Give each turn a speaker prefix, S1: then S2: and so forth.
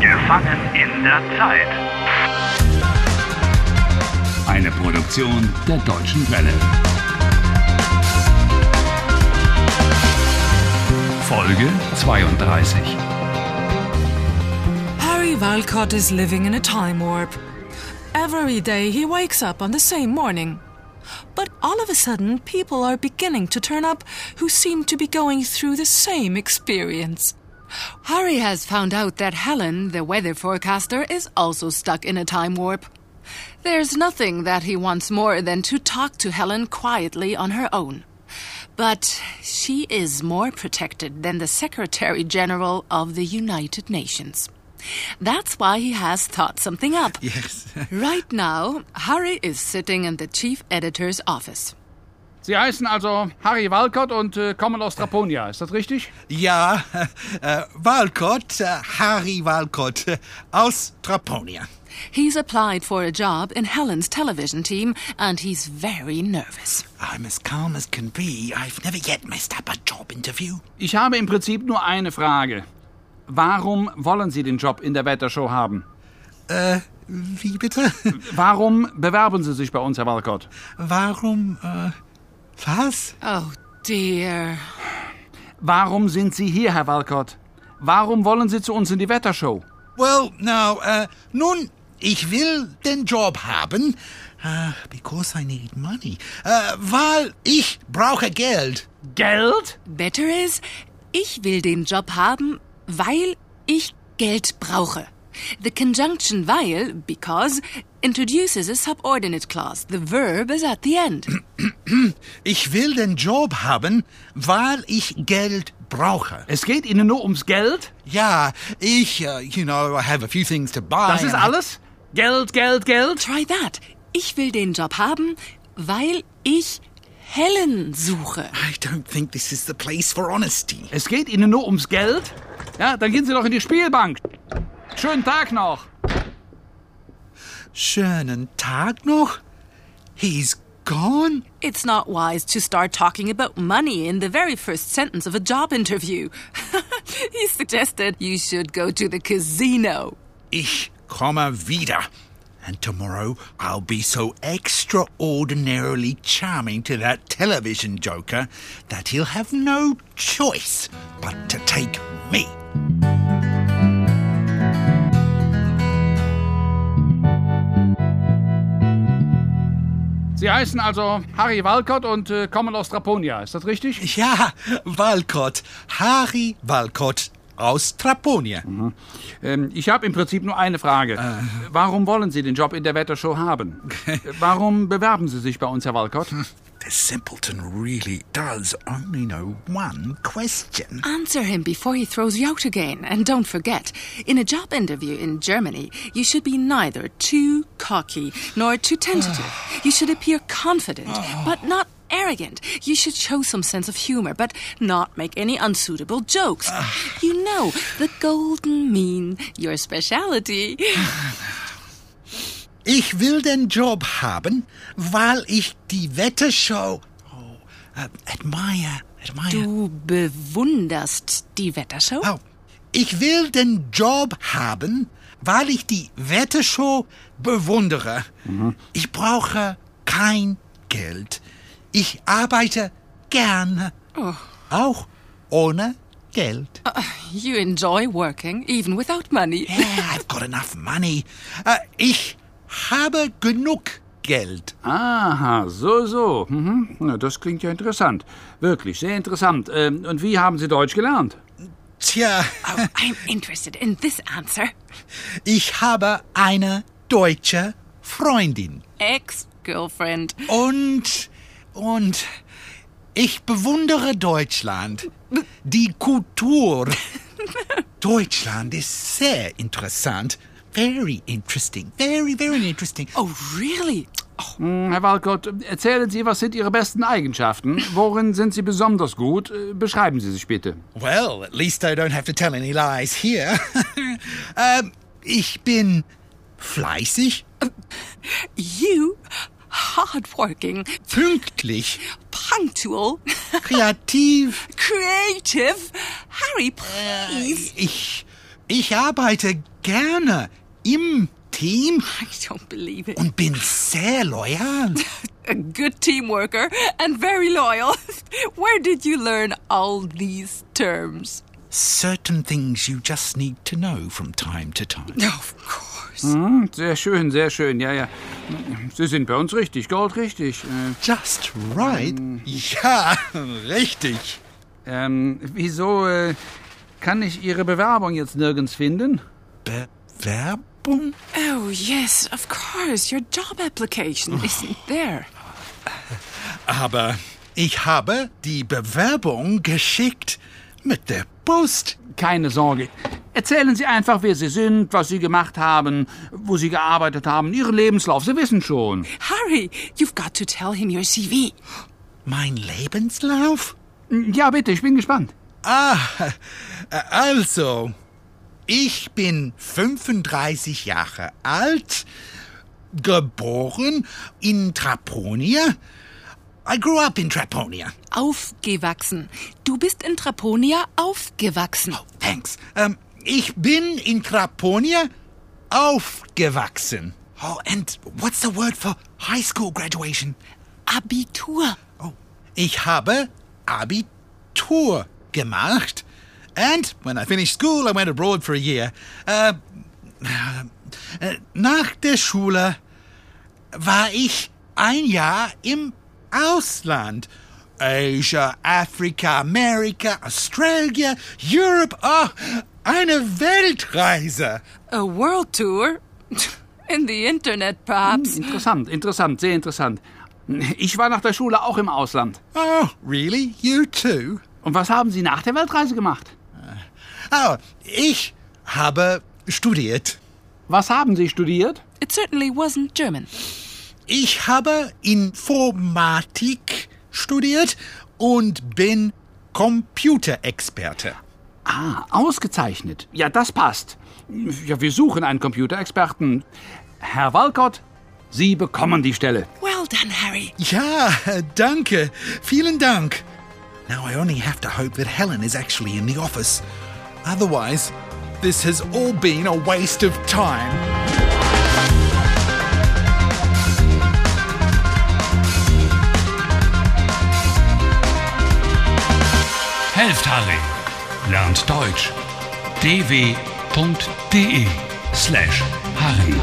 S1: Gefangen in der Zeit.
S2: Eine Produktion der Deutschen Welle. Folge 32.
S3: Harry Walcott is living in a time warp. Every day he wakes up on the same morning. But all of a sudden, people are beginning to turn up who seem to be going through the same experience.
S4: Harry has found out that Helen, the weather forecaster, is also stuck in a time warp. There's nothing that he wants more than to talk to Helen quietly on her own. But she is more protected than the Secretary General of the United Nations. That's why he has thought something up.
S5: Yes.
S4: Right now, Harry is sitting in the chief editor's office.
S6: Sie heißen also Harry Walcott und äh, kommen aus Draponia, ist das richtig?
S5: Ja, äh, Walcott, äh, Harry Walcott äh, aus Traponia.
S4: He's applied for a job in Helen's television team, and he's very nervous.
S5: I'm as calm as can be. I've never yet messed up a job interview.
S6: Ich habe im Prinzip nur eine Frage. Warum wollen Sie den Job in der Wettershow haben?
S5: Äh, Wie bitte?
S6: Warum bewerben Sie sich bei uns, Herr Walcott?
S5: Warum, äh, was?
S4: Oh dear.
S6: Warum sind Sie hier, Herr Walcott? Warum wollen Sie zu uns in die Wettershow?
S5: Well, now, äh, nun, ich will den Job haben. Ah, because I need money. Äh, weil ich brauche Geld.
S6: Geld?
S4: Better is, ich will den Job haben, weil ich Geld brauche. The conjunction weil, because, introduces a subordinate clause. The verb is at the end.
S5: Ich will den Job haben, weil ich Geld brauche.
S6: Es geht Ihnen nur ums Geld?
S5: Ja, ich, äh, you know, I have a few things to buy.
S6: Das ist
S5: and I-
S6: alles? Ah, Geld, Geld, Geld?
S4: Try that. Ich will den Job haben, weil ich Helen suche.
S5: I don't think this is the place for honesty.
S6: Es geht Ihnen nur ums Geld? Ja, dann gehen Sie doch in die Spielbank. Schönen Tag noch.
S5: Schönen Tag noch. He's gone.
S4: It's not wise to start talking about money in the very first sentence of a job interview. he suggested you should go to the casino.
S5: Ich komme wieder. And tomorrow I'll be so extraordinarily charming to that television joker that he'll have no choice but to take me.
S6: Sie heißen also Harry Walcott und äh, kommen aus Draponia, ist das richtig?
S5: Ja, Walcott, Harry Walcott aus Traponia.
S6: Ähm, ich habe im Prinzip nur eine Frage. Warum wollen Sie den Job in der Wettershow haben? Äh, Warum bewerben Sie sich bei uns, Herr Walcott?
S5: The simpleton really does only know one question.
S4: Answer him before he throws you out again. And don't forget, in a job interview in Germany, you should be neither too cocky nor too tentative. you should appear confident, but not arrogant. You should show some sense of humor, but not make any unsuitable jokes. you know, the golden mean, your speciality.
S5: Ich will den Job haben, weil ich die Wettershow oh, äh, admire, admire.
S4: Du bewunderst die Wettershow?
S5: Oh, ich will den Job haben, weil ich die Wettershow bewundere. Ich brauche kein Geld. Ich arbeite gerne, auch ohne Geld.
S4: You enjoy working, even without money.
S5: Yeah, I've got enough money. Äh, ich habe genug Geld.
S6: Ah. Aha, so, so. Mhm. Na, das klingt ja interessant. Wirklich, sehr interessant. Ähm, und wie haben Sie Deutsch gelernt?
S5: Tja,
S4: Oh, I'm interested in this answer.
S5: ich habe eine deutsche Freundin.
S4: Ex-girlfriend.
S5: Und, und, ich bewundere Deutschland. Die Kultur. Deutschland ist sehr interessant. Very interesting. Very, very interesting.
S4: Oh, really?
S6: Hm, Herr Walcott, erzählen Sie, was sind Ihre besten Eigenschaften? Worin sind Sie besonders gut? Äh, Beschreiben Sie sich bitte.
S5: Well, at least I don't have to tell any lies here. ähm, ich bin fleißig,
S4: You, hardworking,
S5: pünktlich,
S4: punctual,
S5: kreativ.
S4: creative. Harry, please.
S5: Ich Ich arbeite gerne im Team
S4: I don't believe it.
S5: und bin sehr loyal.
S4: A good team worker and very loyal. Where did you learn all these terms?
S5: Certain things you just need to know from time to time.
S4: Oh, Of course.
S6: Hm, sehr schön, sehr schön. Ja, ja. Sie sind bei uns richtig, goldrichtig. Äh,
S5: Just right. Ja, richtig.
S6: ähm, wieso äh, kann ich Ihre Bewerbung jetzt nirgends finden?
S5: Bewerbung?
S4: Oh, yes, of course. Your job application isn't there.
S5: Aber ich habe die Bewerbung geschickt mit der Post.
S6: Keine Sorge. Erzählen Sie einfach, wer Sie sind, was Sie gemacht haben, wo Sie gearbeitet haben, Ihren Lebenslauf. Sie wissen schon.
S4: Harry, you've got to tell him your CV.
S5: Mein Lebenslauf?
S6: Ja, bitte, ich bin gespannt.
S5: Ah, also, ich bin 35 Jahre alt, geboren in Traponia. I grew up in Traponia.
S4: Aufgewachsen. Du bist in Traponia aufgewachsen.
S5: Thanks. Ähm, ich bin in Traponia aufgewachsen. Oh, and what's the word for high school graduation?
S4: Abitur.
S5: Oh. Ich habe Abitur gemacht. And when I finished school, I went abroad for a year. Äh, äh, nach der Schule war ich ein Jahr im Ausland. Asia, Afrika, Amerika, Australia, Europe. Oh, eine Weltreise.
S4: A world tour? In the internet, perhaps.
S6: Interessant, interessant, sehr interessant. Ich war nach der Schule auch im Ausland.
S5: Oh, really? You too?
S6: Und was haben Sie nach der Weltreise gemacht?
S5: Oh, ich habe studiert.
S6: Was haben Sie studiert?
S4: It certainly wasn't German.
S5: Ich habe Informatik studiert und bin Computerexperte.
S6: Ah, ausgezeichnet. Ja, das passt. Ja, wir suchen einen Computerexperten. Herr Walcott, Sie bekommen die Stelle.
S4: Well done, Harry.
S5: Ja, danke. Vielen Dank. Now I only have to hope that Helen is actually in the office. Otherwise, this has all been a waste of time.
S2: Helft Harry. Lernt Deutsch. dw.de slash Harry.